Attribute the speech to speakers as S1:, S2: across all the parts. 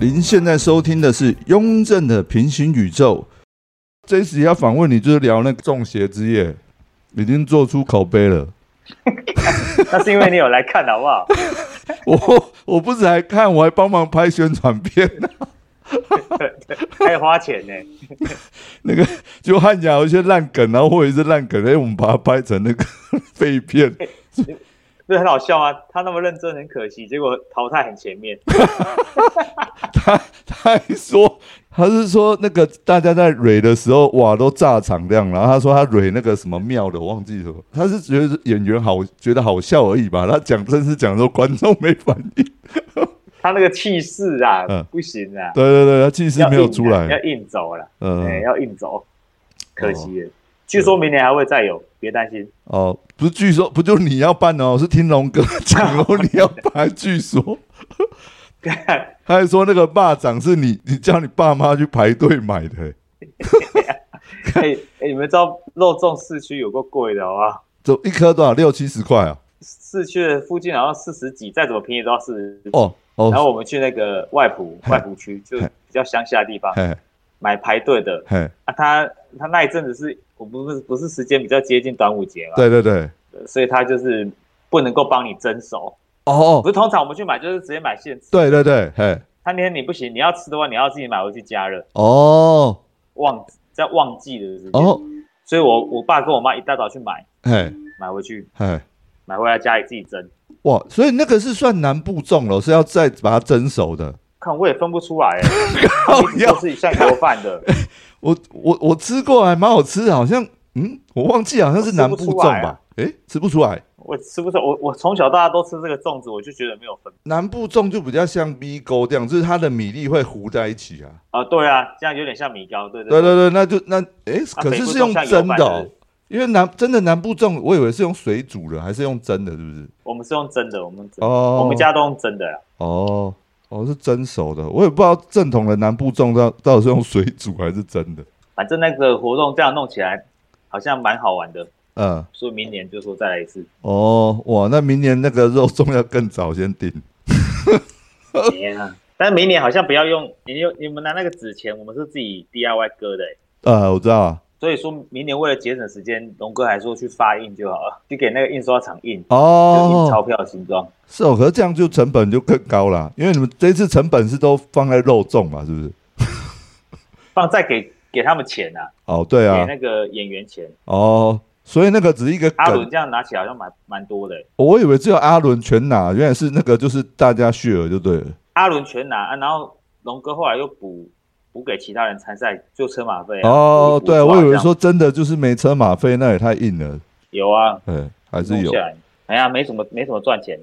S1: 您现在收听的是《雍正的平行宇宙》，这一集要访问你就是聊那个中邪之夜，已经做出口碑了。
S2: 那是因为你有来看，好 不好？
S1: 我我不止还看，我还帮忙拍宣传片。
S2: 还有花钱呢、
S1: 那个就汉雅有一些烂梗，然后或者是烂梗，哎、我们把它拍成那个 废片，
S2: 不是很好笑啊？他那么认真，很可惜，结果淘汰很前面。
S1: 他 他还说他是说那个大家在蕊的时候，哇，都炸场这样。然后他说他蕊那个什么庙的，我忘记什么，他是觉得演员好，觉得好笑而已吧。他讲真是讲说观众没反应，
S2: 他那个气势啊，
S1: 嗯
S2: 不行啊，
S1: 对对对，他气势
S2: 要
S1: 没有
S2: 硬
S1: 出
S2: 啊
S1: 来
S2: 要，硬走了，哎，
S1: 嗯，
S2: 要硬走，可惜了。据说明年还会再有，别担 心。
S1: 哦，不是，据说不就你要办哦，是听龙哥讲 哦，你要办，据说。他还说那个霸掌是你，你叫你爸妈去排队买的、
S2: 哎、哎你们知道肉粽市区有够贵的好不好？
S1: 就一颗多少六七十块啊？
S2: 市区的附近好像四十几，再怎么便宜都要四十。
S1: 哦
S2: 然
S1: 哦，
S2: 后我们去那个外埔外埔区，就
S1: 嘿
S2: 比较乡下的地方，
S1: 嘿
S2: 买排队的
S1: 嘿，
S2: 啊。他他那一阵子是我不是不是时间比较接近端午节嘛，
S1: 对对对，
S2: 所以他就是不能够帮你蒸熟。
S1: 哦
S2: 不
S1: 哦，
S2: 是通常我们去买就是直接买现吃，
S1: 对对对，嘿，
S2: 他那天你不行，你要吃的话你要自己买回去加热，
S1: 哦
S2: 忘在忘记的时间。
S1: 哦，
S2: 所以我我爸跟我妈一大早去买，
S1: 嘿
S2: 买回去
S1: 嘿，
S2: 买回来家里自己蒸。
S1: 哇，所以那个是算南部粽了，是要再把它蒸熟的。
S2: 看我也分不出来、欸，
S1: 靠
S2: 一直
S1: 腰
S2: 都是像油饭的，
S1: 我我我吃过，还蛮好吃，好像嗯，我忘记好像是南部
S2: 我吃不出来
S1: 粽吧
S2: 啊？
S1: 诶，吃不出来。
S2: 我吃不出。我我从小到大都吃这个粽子，我就觉得没有分
S1: 南部粽就比较像米糕这样，就是它的米粒会糊在一起啊。
S2: 啊、对啊，这样有点像米糕，对
S1: 对
S2: 对
S1: 对对，那就那诶，
S2: 啊
S1: 可
S2: 北
S1: 是
S2: 部
S1: 是
S2: 粽
S1: 用
S2: 像油
S1: 蒸的、
S2: 饭
S1: 哦
S2: 对不，
S1: 因为南真的南部粽，我以为是用水煮的，还是用蒸的，是不是？
S2: 我们是用蒸的，我们蒸、
S1: 哦，
S2: 我们家都用蒸的啦。啊
S1: 哦哦是蒸熟的，我也不知道正统的南部粽到到底是用水煮还是蒸的。
S2: 反正那个活动这样弄起来，好像蛮好玩的。
S1: 嗯，
S2: 所以明年就说再来 一次。
S1: 哦哇，那明年那个肉粽要更早先订。
S2: 年啊，但是明年好像不要用，你用你们拿那个纸钱，我们是自己 DIY 割的、欸。
S1: 呃，我知道啊。
S2: 所以说明年为了节省时间，龙哥还说去发印就好了，去给那个印刷厂印，就印钞
S1: 哦，
S2: 票形状。
S1: 是哦，可是这样就成本就更高啦，因为你们这次成本是都放在肉粽嘛，是不是？
S2: 放再给给他们钱啊，
S1: 哦，对啊
S2: 给，那个演员钱。
S1: 哦，所以那个只是一个
S2: 阿伦
S1: 梗，
S2: 这样拿起来好像蛮蛮多的、欸
S1: 我以为只有阿伦全拿，原来是那个就是大家 share 就对了。
S2: 阿伦全拿，啊、然后龙哥后来又补补给其他人参赛，就车马费、啊。
S1: 哦
S2: 补，
S1: 对啊，
S2: 补助啊
S1: 我以为
S2: 这样
S1: 说真的就是没车马费，那也太硬了，
S2: 有啊，
S1: 对，还是
S2: 弄
S1: 有
S2: 下，来，哎呀，没什么没什么赚钱，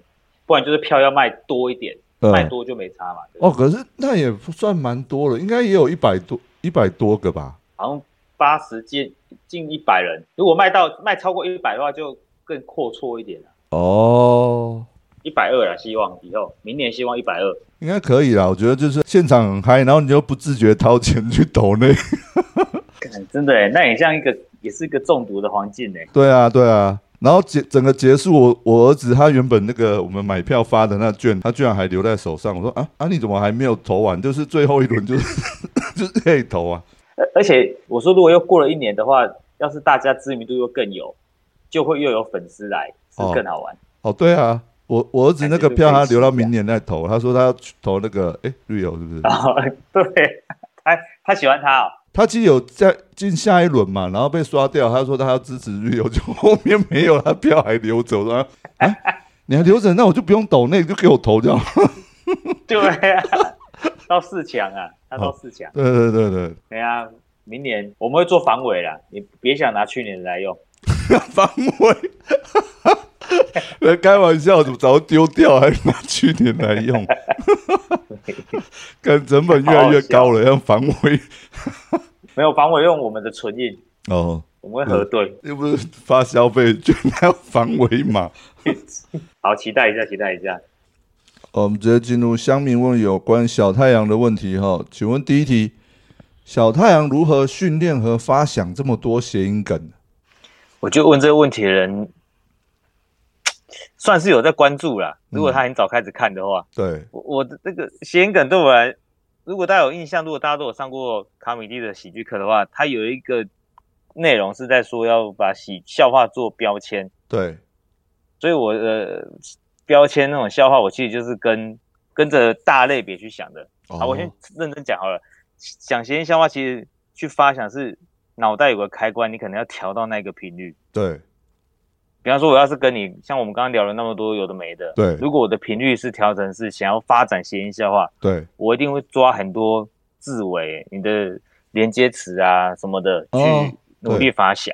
S2: 不然就是票要卖多一点，卖
S1: 嗯，
S2: 多就没差嘛。对不对
S1: 哦，可是那也算蛮多了，应该也有一百多一百多个吧？
S2: 好像八十近近一百人，如果卖到卖超过一百的话，就更阔绰一点了，
S1: 哦，
S2: 一百二了，希望以后明年希望一百二。
S1: 应该可以啦，我觉得就是现场很嗨，然后你就不自觉掏钱去抖那，
S2: 干真的欸，那也像一个也是一个中毒的环境欸呢。
S1: 对啊，对啊。然后结整个结束，我我儿子他原本那个我们买票发的那券，他居然还留在手上。我说啊啊，你怎么还没有投完？就是最后一轮就是 就是可以投啊。
S2: 而而且我说，如果又过了一年的话，要是大家知名度又更有，就会又有粉丝来，是
S1: 哦
S2: 更好玩。
S1: 哦，对啊，我我儿子那个票
S2: 感觉就
S1: 他留
S2: 可以
S1: 到明年再投，他说他要去投那个哎绿油是 不是？
S2: 然后对他他喜欢他哦，
S1: 他其实有在进下一轮嘛，然后被刷掉。他说他要支持绿油，就后面没有，他票还留着。我说啊，你还留着，那我就不用抖那个，就给我投掉。
S2: 对啊，到四强啊，他到四强。
S1: 对对对对，
S2: 对啊，明年我们会做防伪啦，你别想拿去年的来用。
S1: 防卫，开玩笑，怎么早就丢掉，还拿去年来用？看成本越来越高了，要防卫
S2: 没有防伪用我们的唇印，
S1: 哦，
S2: 我们会核对，
S1: 又不是发消费券，还要防卫嘛？
S2: 好期待一下，期待一下。
S1: 哦我们直接进入乡民问有关小太阳的问题哈。请问第一题，小太阳如何训练和发想这么多谐音梗？
S2: 我觉得问这个问题的人，嗯算是有在关注啦。如果他很早开始看的话，
S1: 对，
S2: 我我的这个谐音梗对我来如果大家有印象，如果大家都有上过卡米蒂的喜剧课的话，他有一个内容是在说要把喜笑话做标签，
S1: 对，
S2: 所以我呃标签那种笑话，我其实就是跟跟着大类别去想的。好，我先
S1: 哦
S2: 认真讲好了。讲谐音笑话，其实去发想是脑袋有个开关，你可能要调到那个频率。
S1: 对
S2: 比方说，我要是跟你像我们刚刚聊了那么多有的没的，
S1: 对
S2: 如果我的频率是调成是想要发展谐音笑话，
S1: 对
S2: 我一定会抓很多字尾、你的连接词啊什么的
S1: 哦
S2: 去努力发想。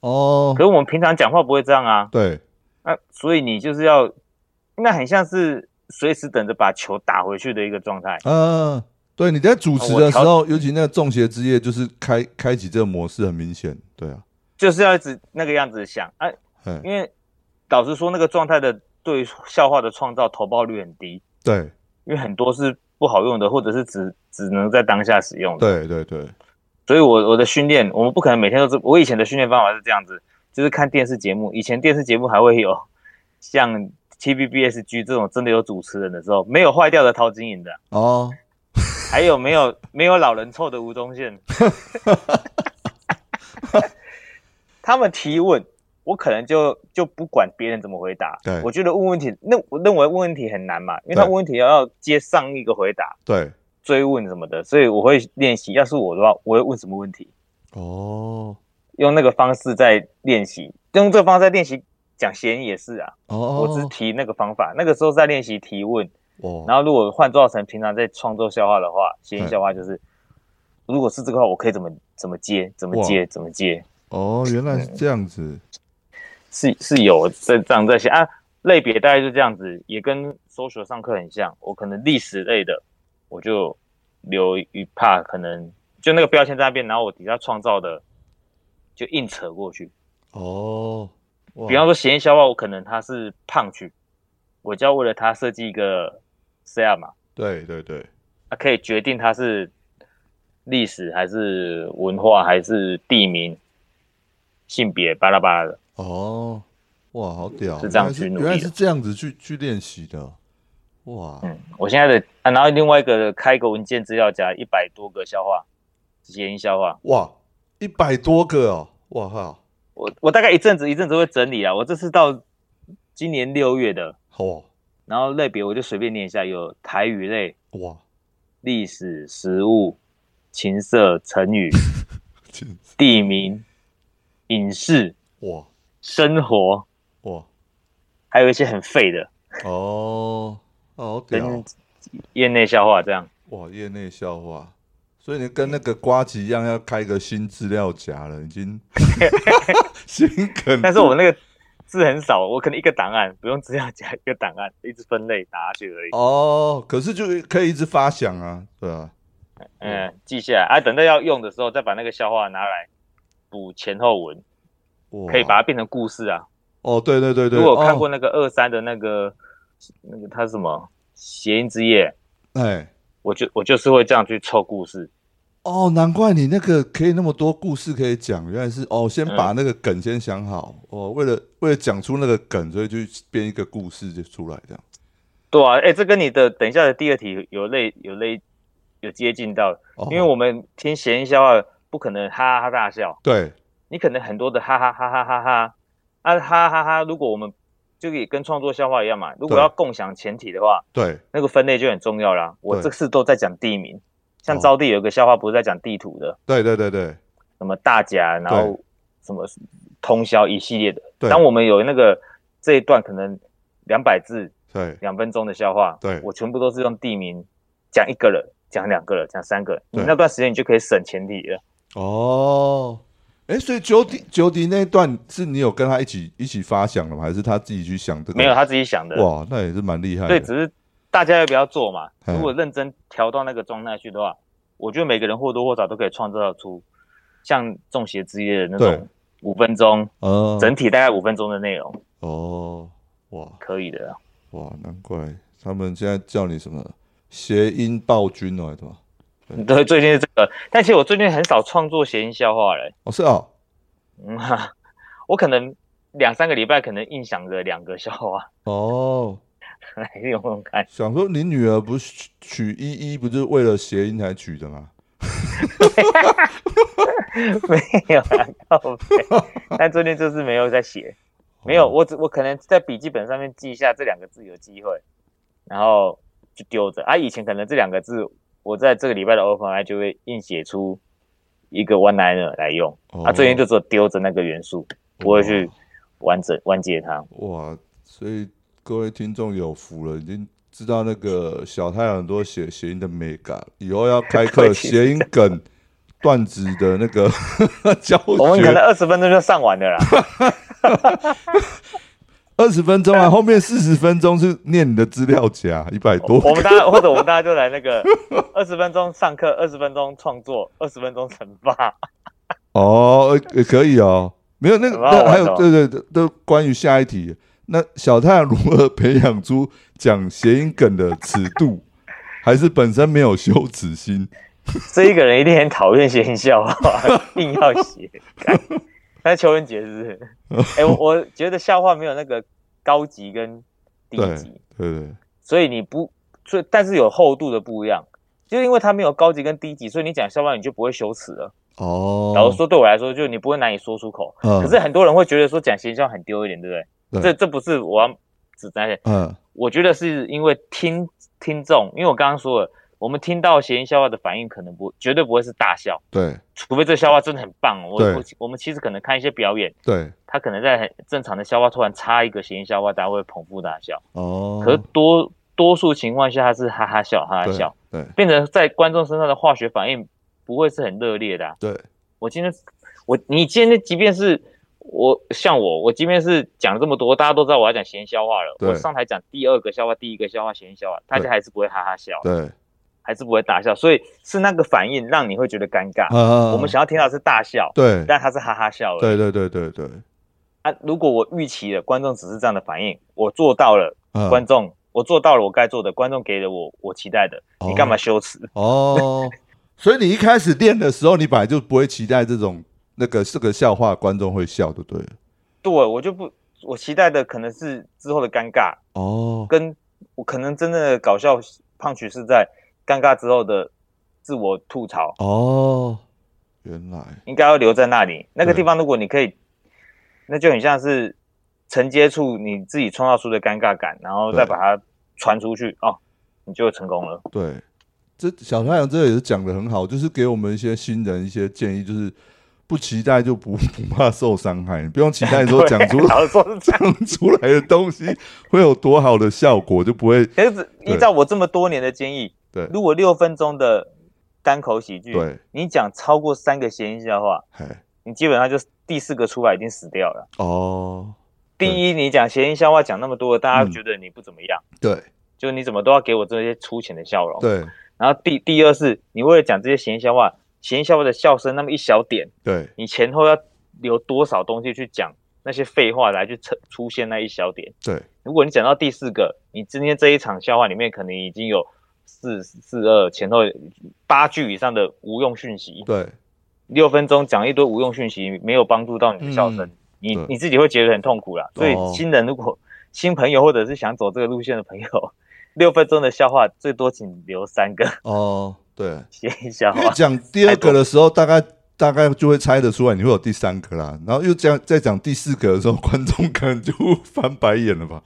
S1: 哦
S2: 可，是我们平常讲话不会这样啊，
S1: 对
S2: 那、所以你就是要，那很像是随时等着把球打回去的一个状态。
S1: 嗯，对，你在主持
S2: 我
S1: 的时
S2: 调
S1: 候，尤其那个中邪之夜，就是开开启这个模式很明显，对啊，
S2: 就是要一直那个样子想啊，
S1: 哎，
S2: 因为老实说，那个状态的对笑话的创造投报率很低，
S1: 对
S2: 因为很多是不好用的，或者是只只能在当下使用的。
S1: 对对对，
S2: 所以我我的训练，我们不可能每天都是。我以前的训练方法是这样子，就是看电视节目。以前电视节目还会有 像 TVBSG 这种真的有主持人的时候，没有坏掉的陶晶莹的，
S1: 哦，
S2: 还有没有没有老人臭的吴 宗宪，他们提问，我可能就就不管别人怎么回答。
S1: 对
S2: 我觉得问问题，那我认为问问题很难嘛，因为他
S1: 对
S2: 问问题要接上一个回答、
S1: 对，
S2: 追问什么的，所以我会练习。要是我的话，我会问什么问题，
S1: 哦
S2: 用那个方式在练习，用这个方式在练习讲谐音也是啊。
S1: 哦，
S2: 我只提那个方法，那个时候在练习提问，
S1: 哦，
S2: 然后如果换造成平常在创作笑话的话，谐音笑话就是，如果是这个话，我可以怎么怎么接，怎么接，怎么接，
S1: 哦，原来是这样子，
S2: 是是有这这样这些啊。类别大概就这样子，也跟 social 上课很像。我可能历史类的，我就留一 part，可能就那个标签在那边，然后我底下创造的就硬扯过去。
S1: 哦，哇
S2: 比方说谐音笑话，我可能它是胖去，我就要为了它设计一个 set up 嘛，
S1: 对对对，
S2: 它啊可以决定它是历史还是文化还是地名、性别巴拉巴拉的。
S1: 哦，哇，好屌，啊
S2: 是这样去
S1: 原来
S2: 努
S1: 是
S2: 力
S1: 原来
S2: 的
S1: 是这样子去去练习的，哇，
S2: 嗯，我现在的啊，然后另外一个开一个文件资料夹，一百多个笑话，谐音笑话。
S1: 哇，一百多个哦，哇靠，
S2: 我我大概一阵子一阵子会整理啊，我这次到今年六月的，
S1: 好哦
S2: 然后类别我就随便念一下，有台语类、
S1: 哇，
S2: 历史、食物、情色、成语。
S1: 真是
S2: 地名、影视、
S1: 哇
S2: 生活，
S1: 哇，
S2: 还有一些很废的
S1: 哦，好屌
S2: 跟，业内笑话这样。
S1: 哇，业内笑话。所以你跟那个瓜吉一样，要开一个新资料夹了，已 经心梗。
S2: 但是我那个字很少，我可能一个档案不用资料夹一个档案，一直分类打下去而已。
S1: 哦，可是就可以一直发想啊，对啊，
S2: 嗯，记下来啊，等到要用的时候再把那个笑话拿来补前后文，
S1: 哇
S2: 可以把它变成故事啊。
S1: 哦，对对对对，
S2: 如果有看过
S1: 哦，
S2: 那个二三的那个、那个它是什么谐音之夜，
S1: 哎，
S2: 我就我就是会这样去凑故事。
S1: 哦，难怪你那个可以那么多故事可以讲，原来是哦，先
S2: 嗯
S1: 把那个梗先想好，哦，为了为了讲出那个梗，所以就编一个故事就出来这样。
S2: 对啊，哎、这跟你的等一下的第二题有类有类有接近到，
S1: 哦，
S2: 因为我们听谐音笑话不可能哈哈哈大笑，
S1: 对
S2: 你可能很多的哈哈哈哈哈哈，啊哈哈哈，如果我们就也跟创作笑话一样嘛，如果
S1: 对
S2: 要共享前提的话，
S1: 对
S2: 那个分类就很重要啦。我
S1: 对
S2: 这次都在讲地名，像
S1: 哦
S2: 招娣有一个笑话不是在讲地图的，
S1: 对对对对
S2: 什么大甲，然后什么通宵一系列的。
S1: 对
S2: 当我们有那个这一段可能两百字
S1: 对
S2: 两分钟的笑话，
S1: 对
S2: 我全部都是用地名讲一个人，讲两个人，讲三个人，你
S1: 对
S2: 那段时间你就可以省前提了。
S1: 哦，哎，所以九迪九迪那一段是你有跟他一起一起发想的吗？还是他自己去想这个？
S2: 没有他自己想的，
S1: 哇，那也是蛮厉害
S2: 对，
S1: 的。
S2: 只是大家要不要做嘛？
S1: 嗯
S2: 如果认真调到那个状态去的话，我觉得每个人或多或少都可以创造出像中邪之夜的那
S1: 对
S2: 种五分钟，
S1: 嗯，
S2: 整体大概五分钟的内容，
S1: 哦，哇
S2: 可以的。
S1: 哇，难怪他们现在叫你什么谐音暴君哦，对吧？
S2: 对，最近是这个，但其实我最近很少创作谐音笑话嘞、
S1: 哦，是哦，
S2: 嗯 哈哈，我可能两三个礼拜可能硬想着两个笑话，
S1: 哦，
S2: 来用用看。
S1: 想说你女儿不是取取依依，不就是为了谐音才取的吗？
S2: 没有啦，靠背但最近就是没有在写，没
S1: 哦
S2: 有，我只我可能在笔记本上面记一下这两个字有机会，然后就丢着啊。以前可能这两个字，我在这个礼拜的 Open I 就会硬写出一个 one liner 来用，
S1: 哦
S2: 啊，最近就只有丢着那个元素，不会去完整完结它。
S1: 哦哇，所以各位听众有福了，已经知道那个小太阳很多谐谐音的美感，以后要开
S2: 各
S1: 课
S2: 位听众
S1: 谐音梗段子的那个 教
S2: 我们可能
S1: 学，
S2: 二十分钟就上完了啦，
S1: 二十分钟啊，后面四十分钟是念你的资料夹，一百多
S2: 我们大家或者我们大家就来那个二十分钟上课，二十分钟创作，二十分钟惩罚。
S1: 哦，呃可以哦，没有那个，
S2: 很好玩
S1: 那还有
S2: 哦
S1: 对对对，都关于下一题，那小太阳如何培养出讲谐音梗的尺度， 还是本身没有羞耻心？
S2: 这一个人一定很讨厌写笑话， 硬要写。 干他是求人节日，哎、我我觉得笑话没有那个高级跟低
S1: 对
S2: 级，
S1: 对对，
S2: 所以你不，所以但是有厚度的不一样，就是因为它没有高级跟低级，所以你讲笑话你就不会羞耻了。
S1: 哦，
S2: 老实说，对我来说，就你不会难以说出口。
S1: 嗯，
S2: 可是很多人会觉得说讲谐笑很丢脸，对不对？
S1: 对
S2: 这这不是我要指责那些，
S1: 嗯
S2: 我觉得是因为听听众，因为我刚刚说了，我们听到谐音笑话的反应可能不绝对不会是大笑，
S1: 对
S2: 除非这笑话真的很棒。我
S1: 对
S2: 我我们其实可能看一些表演，
S1: 对
S2: 他可能在很正常的笑话突然插一个谐音笑话，大家会捧腹大笑。
S1: 哦，
S2: 可是多多数情况下，他是哈哈笑哈哈
S1: 对
S2: 笑，
S1: 对
S2: 变成在观众身上的化学反应不会是很热烈的啊、
S1: 对
S2: 我今天我你今天即便是我像我，我即便是讲了这么多，大家都知道我要讲闲笑话了。
S1: 对
S2: 我上台讲第二个笑话、第一个笑话、闲笑话，大家还是不会哈哈笑，
S1: 对，
S2: 还是不会大笑，所以是那个反应让你会觉得尴尬。
S1: 啊，
S2: 我们想要听到的是大笑，
S1: 对
S2: 但他是哈哈笑了。
S1: 对对对对对，
S2: 啊，如果我预期了观众只是这样的反应，我做到了，
S1: 嗯
S2: 观众我做到了我该做的，观众给了我我期待的，你干嘛羞耻？
S1: 哦，所以你一开始练的时候，你本来就不会期待这种那个这个笑话，观众会笑就对了。
S2: 对我就不，我期待的可能是之后的尴尬，
S1: 哦，
S2: 跟我可能真正的搞笑胖曲是在尴尬之后的自我吐槽，
S1: 哦，原来
S2: 应该要留在那里。那个
S1: 对
S2: 地方如果你可以，那就很像是承接触你自己创造出的尴尬感，然后再
S1: 对
S2: 把它传出去哦，你就成功了。
S1: 对，这小太阳这也是讲的很好，就是给我们一些新人一些建议，就是不期待就不不怕受伤害，你不用期待说
S2: 对
S1: 讲 出
S2: 老实说是这样。
S1: 讲出来的东西会有多好的效果，就不会
S2: 可是依照我这么多年的经验，
S1: 对
S2: 如果六分钟的单口喜剧，
S1: 对，
S2: 你讲超过三个谐音笑话，
S1: 哎
S2: 你基本上就是第四个出来已经死掉了。
S1: 哦，
S2: 第一，你讲谐音笑话讲那么多，大家
S1: 嗯
S2: 觉得你不怎么样。
S1: 对
S2: 就你怎么都要给我这些粗浅的笑容。。
S1: 对
S2: 然后第第二是，你为了讲这些谐音笑话，谐音笑话的笑声那么一小点，
S1: 对
S2: 你前后要留多少东西去讲那些废话来去出出现那一小点？
S1: 对
S2: 如果你讲到第四个，你今天这一场笑话里面可能已经有四四二前后八句以上的无用讯息，
S1: 对
S2: 六分钟讲一堆无用讯息，没有帮助到你的笑声，
S1: 嗯
S2: 你
S1: 对
S2: 你自己会觉得很痛苦啦。所以
S1: 哦
S2: 新人如果新朋友或者是想走这个路线的朋友，六分钟的笑话最多请留三个
S1: 哦对。
S2: 谐音笑
S1: 因为
S2: 话。
S1: 讲第二个的时候，大概大概就会猜得出来你会有第三个啦。然后又讲再讲第四个的时候，观众可能就翻白眼了吧？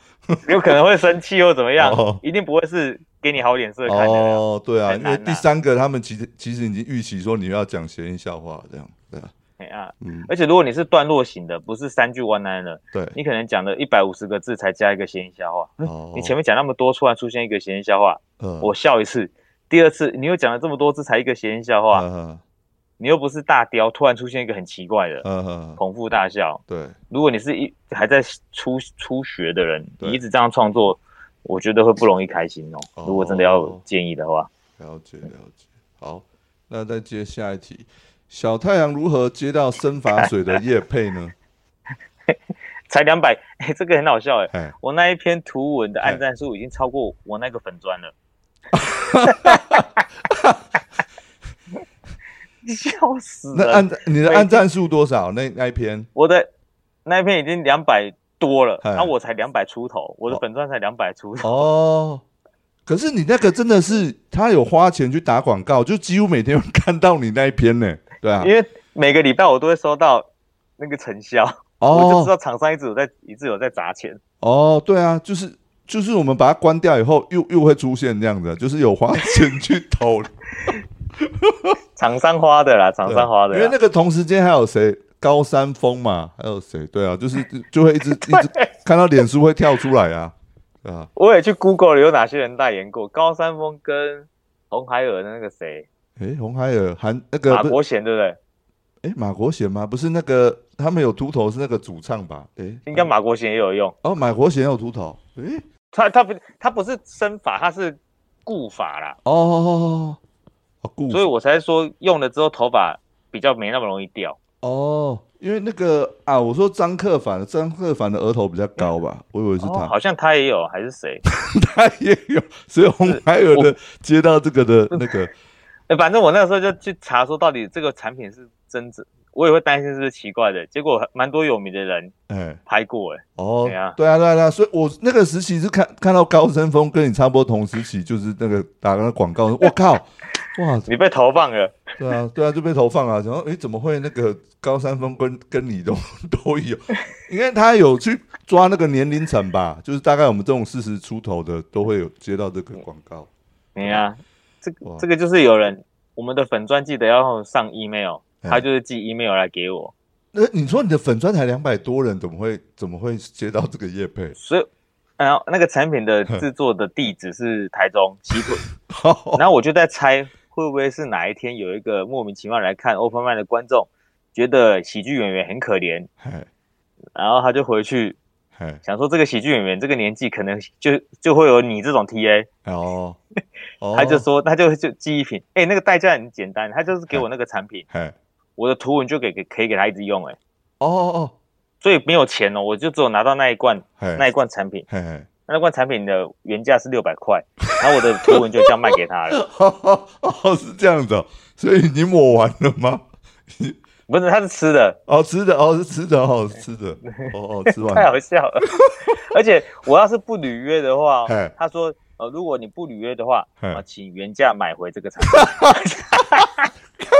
S2: 有可能会生气又怎么样
S1: 哦，
S2: 一定不会是给你好脸色看的啦。
S1: 哦，对啊，
S2: 很
S1: 因
S2: 难
S1: 为
S2: 啊
S1: 第三个他们其实其实已经预期说你要讲谐音笑话这样，对啊，
S2: 哎呀，
S1: 嗯，
S2: 而且如果你是段落型的，不是三句 one liner，
S1: 对，
S2: 你可能讲了一百五十个字才加一个谐音笑话。嗯
S1: 哦
S2: 你前面讲那么多，突然出现一个谐音笑话，
S1: 呃
S2: 我笑一次。第二次你又讲了这么多次才一个谐音笑话，
S1: 呃
S2: 你又不是大雕，突然出现一个很奇怪的
S1: 呃呃，
S2: 捧腹大笑。
S1: 对，
S2: 如果你是一还在初初学的人，
S1: 对
S2: 你一直这样创作，我觉得会不容易开心哦。
S1: 哦
S2: 如果真的要有建议的话，
S1: 了解了解。好，那再接下一题，小太阳如何接到生发水的叶配 呢？
S2: 才两百，哎，这个很好笑哎。
S1: 哎，
S2: 我那一篇图文的按赞数已经超过我那个粉 砖了， 笑死
S1: 那嗯
S2: 了
S1: 按！你的按赞数多少？那那一篇
S2: 我的那一篇已经两百多了，
S1: 嗨
S2: 然后我才两百出头，我的
S1: 哦
S2: 本专才两百出头，
S1: 哦，可是你那个真的是他有花钱去打广告，就几乎每天会看到你那一篇呢，对啊，
S2: 因为每个礼拜我都会收到那个成效，我就知
S1: 哦
S2: 道厂商一直有在一直有在砸钱。
S1: 哦，对啊，就是就是我们把它关掉以后，又又会出现这样子，就是有花钱去 投，
S2: 厂商花的啦，厂
S1: 对啊
S2: 商花的啦，啊
S1: 因为那个同时间还有谁？高山峰嘛，还有谁？对啊，就是就就会一直 一直看到脸书会跳出来啊，对啊，
S2: 我也去 Google 了有哪些人代言过，高山峰跟红海尔的那个谁，
S1: 诶，红海尔韩那个
S2: 马
S1: 不是
S2: 国贤对不对？
S1: 诶，马国贤吗？不是那个他们有秃头是那个主唱吧？诶，
S2: 应该马国贤也有用，
S1: 哦，马国贤有秃头，诶，
S2: 他他不他不是生法，他是固法啦，
S1: 哦哦哦哦，哦，故
S2: 所以我才说用了之后头发比较没那么容易掉。
S1: 哦，因为那个啊，我说张克凡，张克凡的额头比较高吧，我以为是
S2: 哦，
S1: 他，
S2: 好像他也有还是谁？
S1: 他也有，所以红海尔的接到这个的那 个，
S2: 哎反正我那个时候就去查说到底这个产品是真正，我也会担心是不是奇怪的，结果蛮多有名的人
S1: 哎，
S2: 拍过哎、
S1: 哦
S2: 对啊，
S1: 对啊，对啊，对啊，所以我那个时期是看看到高山峰跟你差不多同时期，就是那个打那个广告，我靠，哇，
S2: 你被投放了，
S1: 对啊，对啊，就被投放啊。然后，诶，怎么会那个高山峰跟跟你都 都有？因为他有去抓那个年龄层吧，就是大概我们这种四十出头的都会有接到这个广告。
S2: 你啊，这
S1: 哇
S2: 个这个就是有人，我们的粉专记得要上 email，
S1: 嗯
S2: 他就是寄 email 来给我，
S1: 那你说你的粉砖才两百多人，怎么会怎么会接到这个业配？
S2: 所以。然后那个产品的制作的地址是台中西屯，
S1: 好，
S2: 然后我就在猜，会不会是哪一天有一个莫名其妙来看 Open Mind 的观众，觉得喜剧演员很可怜，
S1: 嘿，
S2: 然后他就回去
S1: 嘿，
S2: 想说，这个喜剧演员这个年纪可能就就会有你这种 TA，
S1: 哦，哦，
S2: 他就说他就就记一品，哎，那个代价很简单，他就是给我那个产品，
S1: 嘿，
S2: 我的图文就给给可以给他一直用，哎，
S1: 哦哦哦，
S2: 所以没有钱哦，我就只有拿到那一罐
S1: 嘿，
S2: 那一罐产品，
S1: 嘿嘿，
S2: 那一罐产品的原价是六百块，然后我的图文就这样卖给他了，
S1: 哦哦， 是这样子哦，所以你抹完了吗？
S2: 不是他是吃的，
S1: 哦，吃的，哦，是吃的，哦，是吃的，哦哦，吃 完
S2: 太
S1: 了，
S2: 好笑 了。而且我要是不履约的话
S1: 嘿，
S2: 他说呃，如果你不履约的话，
S1: 嘿
S2: 啊，请原价买回这个产品。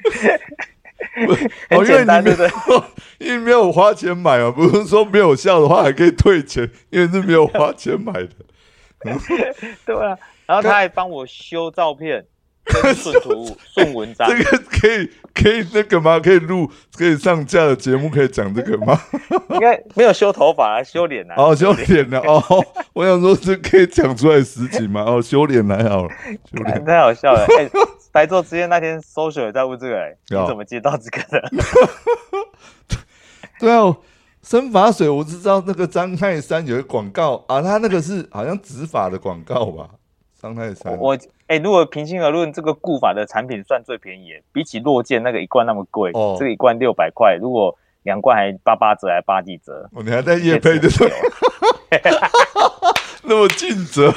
S1: 哦，因
S2: 很
S1: 为
S2: 简
S1: 你
S2: 单，
S1: 没
S2: 对不对？
S1: 有， 因为没有花钱买啊，不是说没有效的话还可以退钱，因为是没有花钱 买的。
S2: 对啊。然后他还帮我修照片，跟顺 图、顺文章。
S1: 这个可以可以那个吗？可以录可以上架的节目可以讲这个吗？
S2: 应该没有修头发啊，修脸 啊。
S1: 哦，修脸了哦，我想说这可以讲出来实情吗？哦，修脸来好了，修 脸。
S2: 太 好笑了！哎、白昼之夜那天，social 也在问这个、哎，
S1: 哦
S2: 你怎么接到这个的？
S1: 对啊，生发水我知道那个张泰山有一个广告啊，他那个是好像植发的广告吧？张泰山，
S2: 我哎、如果平心而论，这个固法的产品算最便宜，比起洛健那个一罐那么贵，
S1: 哦
S2: 这个一罐六百块，如果两罐还八八折还八几折，
S1: 哦，你还在夜配就是
S2: 直接吃不
S1: 那么尽责，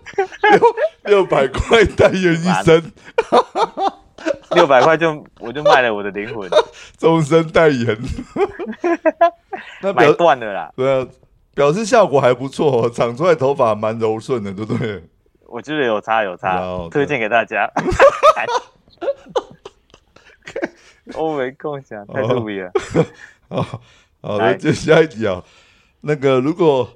S1: 六六百块代言一生，
S2: 掉 六百块就我就卖了我的灵 魂，
S1: 终身代 言，那
S2: 买
S1: 表
S2: 断了啦。
S1: 对啊，表示效果还不错、哦，长出来头发蛮柔顺的，对不对？
S2: 我觉得有差有
S1: 哇
S2: 差
S1: 哦，
S2: 推荐给大家。 哎欧维共享太特别
S1: 哦
S2: 了，
S1: 好，好，
S2: 来
S1: 那接下一题啊，那个如果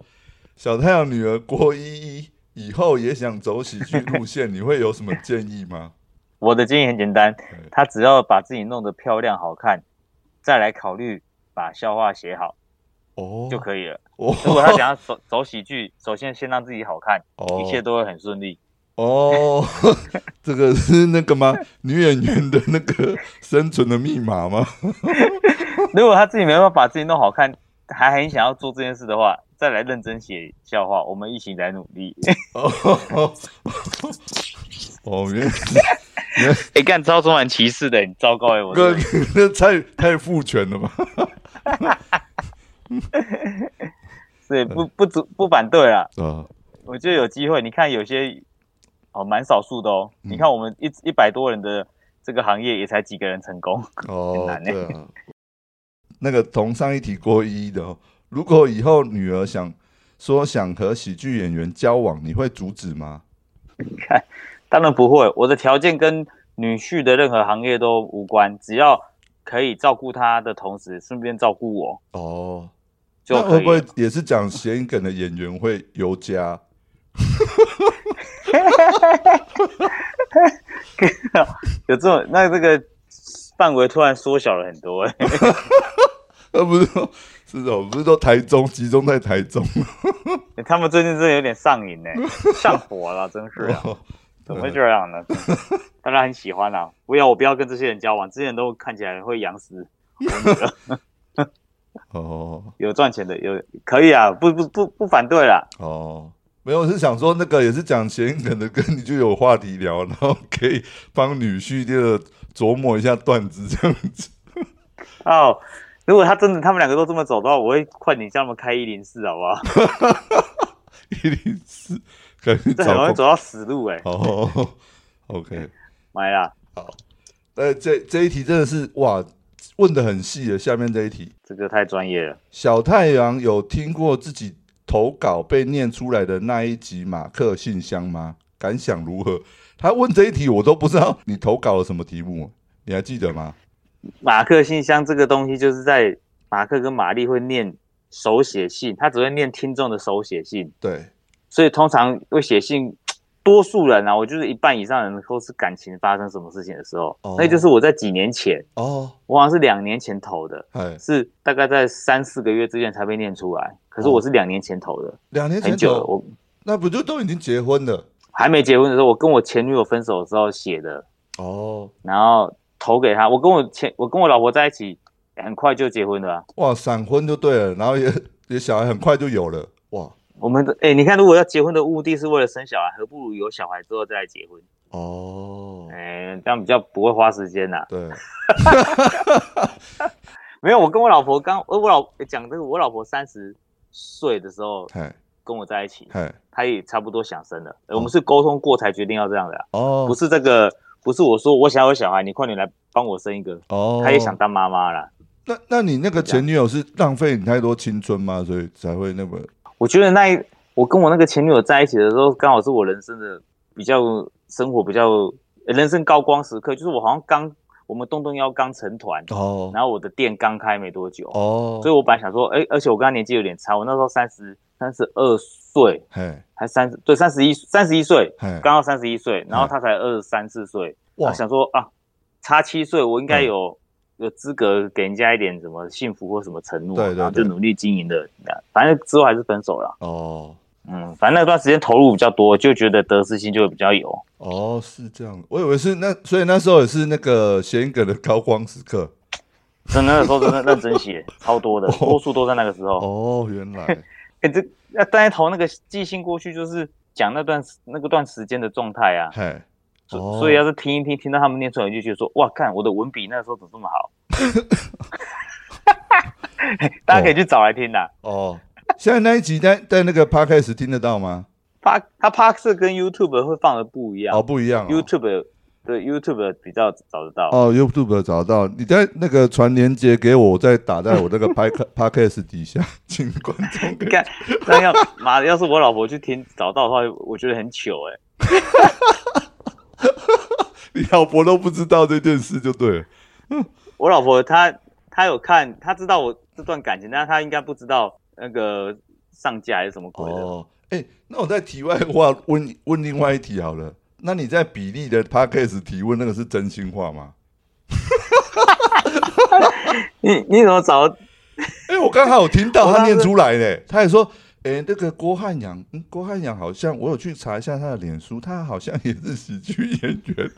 S1: 小太阳女儿郭依依以后也想走喜剧路线， 你会有什么建议吗？
S2: 我的建议很简单
S1: 嗯，
S2: 他只要把自己弄得漂亮好看，再来考虑把笑话写好
S1: 哦，
S2: 就可以了。
S1: 哦，
S2: 如果他想要走走喜剧，首先先让自己好看，
S1: 哦
S2: 一切都会很顺利。
S1: 哦，这个是那个吗？ 女演员的那个生存的密码吗？
S2: 如果他自己没办法把自己弄好看，还很想要做这件事的话，再来认真写笑话，我们一起来努力。
S1: 哦哦， 哦，原来是
S2: 哎、干超充满歧视的，很糟糕哎、我
S1: 哥，那太太父权了吧？
S2: 对不不足不反对啦，
S1: 啊，
S2: 我觉得有机会。你看有些哦，蛮少数的哦。
S1: 嗯
S2: 你看我们一一百多人的这个行业，也才几个人成功。
S1: 哦
S2: 很，难欸
S1: 对啊，那个同上一题郭一一的、哦，如果以后女儿想说想和喜剧演员交往，你会阻止吗？
S2: 当然不会，我的条件跟女婿的任何行业都无关，只要可以照顾他的同时，顺便照顾我
S1: 哦，
S2: 就
S1: 那
S2: 可
S1: 会
S2: 以
S1: 不会
S2: 了。
S1: 也是讲谐音梗的演员会尤加？
S2: 有这种，那这个范围突然缩小了很多、欸。
S1: 呃，不是说，是哦，不是说台中集中在台中，
S2: 他们最近真的有点上瘾呢、欸上火了，真是、啊，
S1: 哦
S2: 怎么会这样呢？当然很喜欢啦、不要我不要跟这些人交往，这些人都看起来会养死我女儿。
S1: 哦
S2: 有赚钱的，有可以啊，不不不不反对啦。
S1: 哦，没有，我是想说那个也是讲谐音梗的，跟你就有话题聊，然后可以帮女婿的琢磨一下段子这样子。
S2: 哦，如果他真的他们两个都这么走的话，我会快点叫他们开一零四，好不好？
S1: 一零四，可以
S2: 这很容
S1: 找
S2: 易走到死路哎、
S1: 哦，OK，
S2: 买啦，
S1: 呃，这这一题真的是哇，问的很细的。下面这一题，
S2: 这个太专业了。
S1: 小太阳有听过自己投稿被念出来的那一集马克信箱吗？感想如何？他问这一题，我都不知道你投稿了什么题目，你还记得吗？
S2: 马克信箱这个东西，就是在马克跟玛丽会念手写信，他只会念听众的手写信，
S1: 对，
S2: 所以通常会写信。多数人啊，我就是一半以上人都是感情发生什么事情的时候，
S1: 哦
S2: 那就是我在几年前，
S1: 哦，
S2: 我好像是两年前投的，
S1: 哎，
S2: 是大概在三四个月之前才被念出来。可是我是两年前投的，
S1: 两哦年前
S2: 很久了，
S1: 投，
S2: 我
S1: 那不就都已经结婚了？
S2: 还没结婚的时候，我跟我前女友分手的时候写的，
S1: 哦，
S2: 然后投给她。我跟我前我跟我老婆在一起，很快就结婚了啊、
S1: 哇，闪婚就对了，然后也 也小孩很快就有了，哇，
S2: 我们的哎、你看，如果要结婚的目的是为了生小孩，何不如有小孩之后再来结婚？
S1: 哦，
S2: 哎、这样比较不会花时间啊呐、
S1: 对，
S2: 没有，我跟我老婆刚，呃我老讲这个，我老婆三十岁的时候
S1: 嗨
S2: 跟我在一起，
S1: 嗨，
S2: 她也差不多想生了。呃我们是沟通过才决定要这样的啊、
S1: 哦，
S2: 不是这个，不是我说我想要有小孩，你快点来帮我生一个。
S1: 哦，
S2: 她也想当妈妈啦。
S1: 那那你那个前女友是浪费你太多青春吗？所以才会那么
S2: 我觉得那一我跟我那个前女友在一起的时候，刚好是我人生的比较生活比较呃人生高光时刻，就是我好像刚我们东东幺刚成团，
S1: 哦
S2: 然后我的店刚开没多久，
S1: 哦，
S2: 所以我本来想说，哎，而且我跟他年纪有点差，我那时候三十三十二岁，
S1: 嘿
S2: 还三十对三十一三十一岁，
S1: 嘿，
S2: 刚好三十一岁，然后他才二十三四岁，
S1: 嗯
S2: 我
S1: 哇
S2: 想说啊，差七岁，我应该
S1: 嗯
S2: 有。有资格给人家一点什么幸福或什么承诺，啊
S1: 对对
S2: 然后就
S1: 对
S2: 努力经营的，反正之后还是分手了。
S1: 哦
S2: 嗯，反正那段时间投入比较多，就觉得得失心就会比较有。
S1: 哦是这样，我以为是那，所以那时候也是那个谐音梗的高光时刻
S2: 真的那时候真的认真写，超多的，多数都在那个时候。
S1: 哦，原来
S2: 哎、这那单投那个寄信过去，就是讲那段那个段时间的状态啊。
S1: 嘿
S2: 所、
S1: 哦
S2: 所以要是听一听，听到他们念出来，就觉得说，哇，看我的文笔那时候怎么这么好。 大家可以去找来听啦。
S1: 哦，现在那一集在在那个 podcast 听得到吗？
S2: 他他 p a r k 跟 YouTube 会放的不一样、
S1: 哦，不一样
S2: y o u
S1: 哦
S2: t u b e 对 YouTube 比较找得到。
S1: 哦，YouTube 找到你在那个传连接给我，我再打在我那 个 podcast podcast 底下，请观众给
S2: 干，那要妈的，要是我老婆去听找到的话，我觉得很糗哎、
S1: 你老婆都不知道这件事就对了。
S2: 我老婆她她有看，她知道我这段感情，但是她应该不知道那个上架还是什么鬼的。
S1: 哦，哎、那我在题外话问问另外一题好了。那你在比利的 podcast 提问那个是真心话吗？
S2: 你你怎么找？
S1: 哎、我刚好有听到
S2: 我当
S1: 他
S2: 时
S1: 念出来呢，他也说，哎、那个郭汉阳，嗯，郭汉阳好像我有去查一下他的脸书，他好像也是喜剧演员。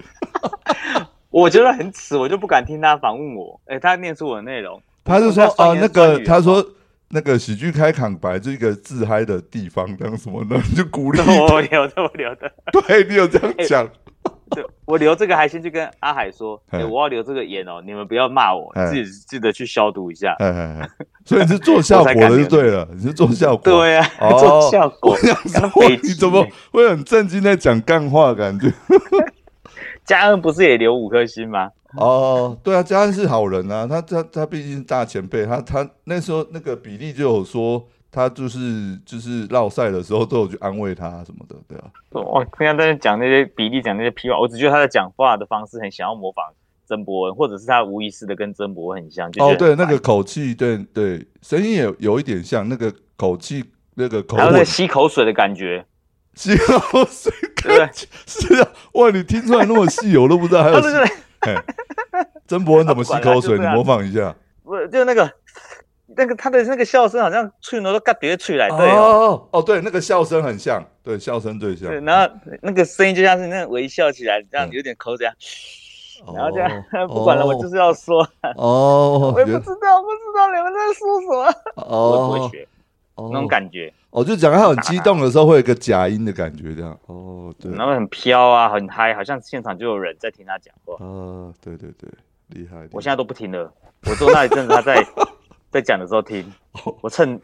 S2: 我觉得很耻，我就不敢听她访问我。哎、她念出我的 内容，
S1: 他是说
S2: 我
S1: 啊、
S2: 酸言
S1: 那个
S2: 酸语
S1: 他说那个喜剧开场白是一个自嗨的地方，这样什么的， 就鼓励，
S2: 我留的，我留的，
S1: 对你有这样讲，
S2: 对我留这个还先去跟阿海说，哎、
S1: 哎
S2: 我要留这个言哦，你们不要骂我，
S1: 哎
S2: 自己记得去消毒一下。
S1: 哎哎哎，所以你是做效果的就对了，你是做效果，
S2: 对呀、啊，
S1: 哦
S2: 做效果
S1: 我想，
S2: 干
S1: 说
S2: 北极
S1: 你怎么会很震惊在讲干话？感觉
S2: 嘉恩不是也留五颗星吗？
S1: 哦，对啊，嘉恩是好人啊，他他他毕竟是大前辈，他他那时候那个比利就有说，他就是就是绕赛的时候都有去安慰他什么的，对啊，
S2: 我平常在讲那些比例，讲那些屁话，我只觉得他的讲话的方式很想要模仿曾伯恩，或者是他无意识的跟曾伯恩很像。就觉
S1: 哦，
S2: 得很
S1: 对，那个
S2: 烦，
S1: 口气，对对，声音也有一点像那个口气，那个口
S2: 哎还有那
S1: 吻
S2: 个，吸口水的感觉，
S1: 吸口水，
S2: 对不对？
S1: 是啊，哇，你听出来那么细，我都不知道还
S2: 他
S1: 有
S2: 就
S1: 细。
S2: 是
S1: 嘿曾伯恩怎么吸口水？
S2: 啊他不管啦就这
S1: 你
S2: 样
S1: 模仿一下。
S2: 不就那个那个他的那个笑声，好像吹牛都嘎叠吹来，对哦。
S1: 哦哦，对，那个笑声很像，对，笑声最像
S2: 对，。然后那个声音就像是那种微笑起来，这样有点口水啊，然后这样、
S1: 嗯 哦
S2: 不管了，我就是要说，
S1: 哦，
S2: 我也不
S1: 原
S2: 知道，不知道你们在说什么，我也不会
S1: 哦，
S2: 学、那种感觉，
S1: 哦，就讲他很激动的时候会有一个假音的感觉，这样。哦，对，
S2: 然后很飘啊，很嗨，好像现场就有人在听他讲话。
S1: 啊，对对对，厉害。
S2: 我现在都不听了，我坐那一阵子 他在在讲的时候听，我蹭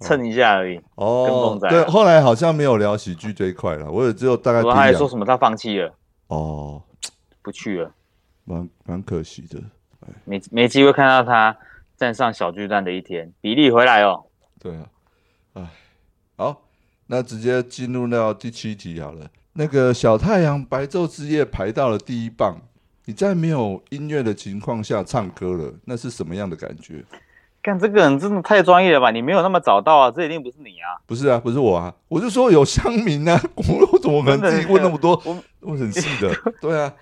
S2: 蹭一下而已。跟
S1: 哦
S2: 凤，仔啊
S1: 对，后来好像没有聊喜剧这一块了，我也只有大概
S2: 然
S1: 听
S2: 后他还
S1: 两
S2: 说什么他放弃了，
S1: 哦，
S2: 不去了，
S1: 蛮蛮可惜的。
S2: 没没机会看到他站上小巨蛋的一天。比利回来哦，
S1: 对啊，哎，好，那直接进入到第七题好了。那个小太阳白昼之夜排到了第一棒，你在没有音乐的情况下唱歌了，那是什么样的感觉？
S2: 干这个人真的太专业了吧？你没有那么早到啊，这一定不是你啊。
S1: 不是啊，不是我啊，我就说有乡民啊， 我我怎么可能自己问那么多？
S2: 我
S1: 我很细的，对 啊，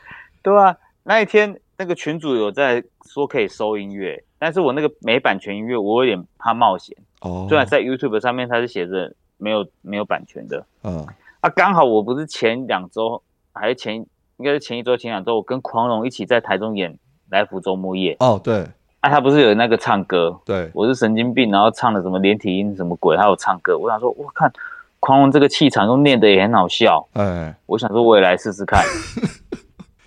S2: 对啊，那一天那个群主有在说可以收音乐，但是我那个没版权音乐，我有点怕冒险。
S1: 哦，
S2: 虽然在 YouTube 上面它是写着没有没有版权的，
S1: 嗯，
S2: 啊，刚好我不是前两周还是前应该是前一周前两周，我跟狂龙一起在台中演《来福周末夜》
S1: 哦，对
S2: 啊，他不是有那个唱歌，
S1: 对，
S2: 我是神经病，然后唱的什么连体音什么鬼，还有唱歌，我想说，我看狂龙这个气场又念的也很好笑，
S1: 哎，
S2: 我想说我也来试试看，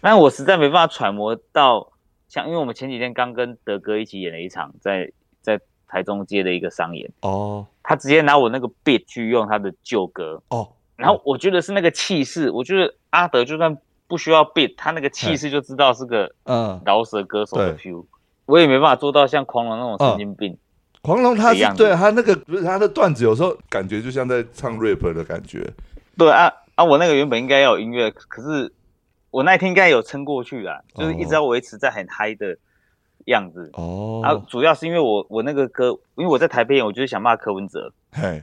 S2: 但我实在没办法揣摩到像，因为我们前几天刚跟德哥一起演了一场在在台中街的一个商演，
S1: 哦
S2: 他直接拿我那个 beat 去用他的旧歌，
S1: 哦，
S2: 然后我觉得是那个气势，我觉得阿德就算不需要 beat，他那个气势就知道是个
S1: 嗯，
S2: 饶舌歌手的
S1: 对
S2: feel。我也没办法做到像狂龙那种神经病，
S1: 狂龙他
S2: 一
S1: 是
S2: 样的
S1: 对他那个不是他的段子，有时候感觉就像在唱 rap 的感觉，
S2: 对啊啊！我那个原本应该要有音乐，可是我那一天应该有撑过去啦，
S1: 哦
S2: 就是一直要维持在很嗨的样子。
S1: 哦，
S2: 然后主要是因为我我那个歌，因为我在台北演，我就是想骂柯文哲
S1: 嘿，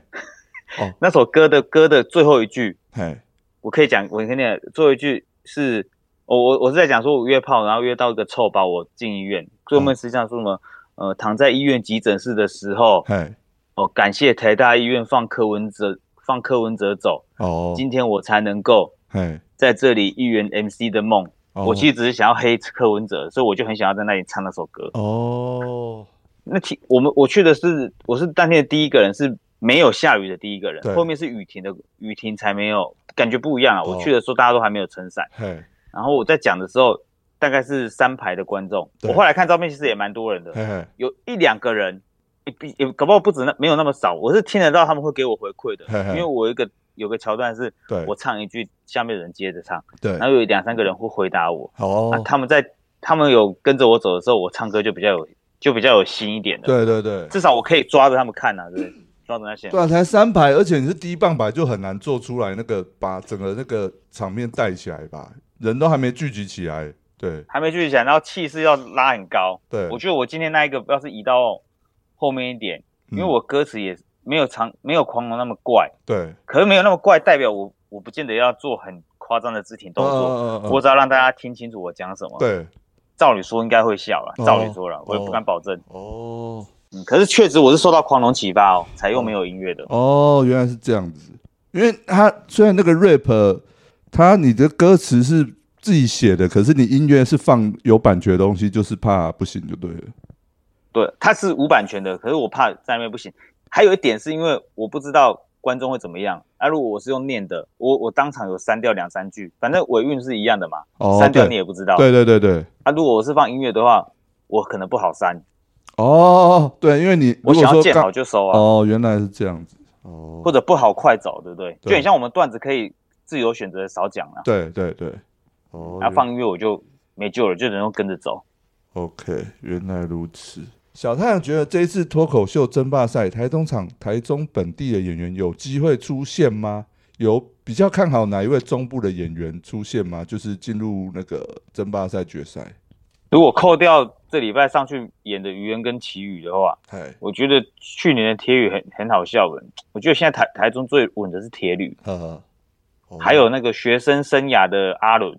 S1: 哦
S2: 那首歌的歌的最后一句，
S1: 嘿，
S2: 我可以讲，我跟你讲，最后一句是，我我我是在讲说，我约炮，然后约到一个臭包，我进医院，最后面实际上说什么，呃，躺在医院急诊室的时候，
S1: 嘿，
S2: 哦，感谢台大医院放柯文哲放柯文哲走，
S1: 哦，
S2: 今天我才能够
S1: 嘿，
S2: 在这里一圆 MC 的梦。
S1: 哦
S2: 我其实只是想要黑柯文哲，所以我就很想要在那里唱那首歌。
S1: 哦，
S2: 那其我们我去的是，我是当天的第一个人，是没有下雨的第一个人
S1: 对，
S2: 后面是雨停的，雨停才没有，感觉不一样啊。
S1: 哦
S2: 我去的时候大家都还没有撑伞。
S1: 嘿，
S2: 然后我在讲的时候，大概是三排的观众。
S1: 对
S2: 我后来看照片，其实也蛮多人的，
S1: 嘿嘿，
S2: 有一两个人，也比也搞不好不止那没有那么少。我是听得到他们会给我回馈的
S1: 嘿嘿，
S2: 因为我有一个有个桥段是
S1: 对，
S2: 我唱一句，下面的人接着唱，
S1: 对，
S2: 然后有两三个人会回答我。啊
S1: 哦，，
S2: 他们在他们有跟着我走的时候，我唱歌就比较有就比较有心一点的，
S1: 对对对，
S2: 至少我可以抓着他们看啊，对不对，抓着那些人
S1: 对啊，才三排，而且你是第一棒排，就很难做出来那个把整个那个场面带起来吧，人都还没聚集起来，对
S2: 还没聚集起来，然后气势要拉很高。
S1: 对，
S2: 我觉得我今天那一个要是移到后面一点，因为
S1: 嗯
S2: 我歌词也没有长没有狂龙那么怪，
S1: 对，
S2: 可是没有那么怪，代表我我不见得要做很夸张的肢体动作，
S1: 嗯
S2: 我只要让大家听清楚我讲什么。，
S1: 对，
S2: 照理说应该会笑了
S1: 哦，
S2: 照理说了，我也
S1: 哦
S2: 不敢保证。
S1: 哦
S2: 嗯，可是确实我是受到狂龙启发哦，才用没有音乐的。
S1: 哦，原来是这样子，因为他虽然那个 rap，他你的歌词是自己写的，可是你音乐是放有版权的东西，就是怕不行就对了，
S2: 对，它是无版权的，可是我怕在那边不行。还有一点是因为我不知道观众会怎么样。那、如果我是用念的，我我当场有删掉两三句，反正尾韵是一样的嘛，
S1: 哦，
S2: 删掉
S1: 对
S2: 你也不知道。
S1: 对对对对。
S2: 啊，如果我是放音乐的话，我可能不好删，
S1: 哦，对，因为你
S2: 我
S1: 如果
S2: 想要
S1: 说
S2: 见
S1: 刚
S2: 好就收啊，
S1: 哦，原来是这样子哦，
S2: 或者不好快走，对不对？
S1: 对
S2: 就很像我们段子可以自由选择少讲啊，
S1: 对对对，哦
S2: 啊放音乐我就没救了，就只能跟着走。
S1: OK，原来如此。小太阳觉得这一次脱口秀争霸赛台中场台中本地的演员有机会出现吗？有比较看好哪一位中部的演员出现吗？就是进入那个争霸赛决赛。
S2: 如果扣掉这礼拜上去演的愚人跟奇宇的话，
S1: 哎，
S2: 我觉得去年的铁宇很很好笑的。我觉得现在台台中最稳的是铁旅，
S1: 呵呵，哦
S2: 还有那个学生生涯的阿伦。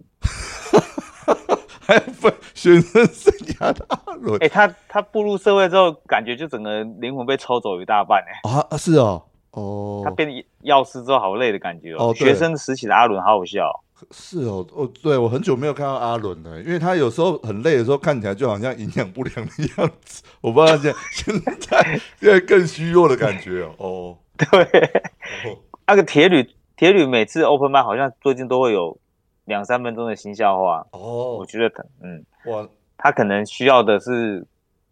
S1: 还有分学生生涯的阿伦
S2: 哎、他他步入社会之后，感觉就整个灵魂被抽走一大半哎、
S1: 啊啊，是哦，哦
S2: 他，变药师之后好累的感觉哦。
S1: 哦对
S2: 学生时期的阿伦好好笑哦、
S1: 是哦，哦，对我很久没有看到阿伦了，因为他有时候很累的时候，看起来就好像营养不良的样子。我不知道现在现在现在更虚弱的感觉哦。
S2: 对，
S1: 哦，
S2: 那个铁旅铁旅每次 open 麦好像最近都会有两三分钟的新笑话，我
S1: 哦，
S2: 觉得他嗯，
S1: 哇，
S2: 他可能需要的是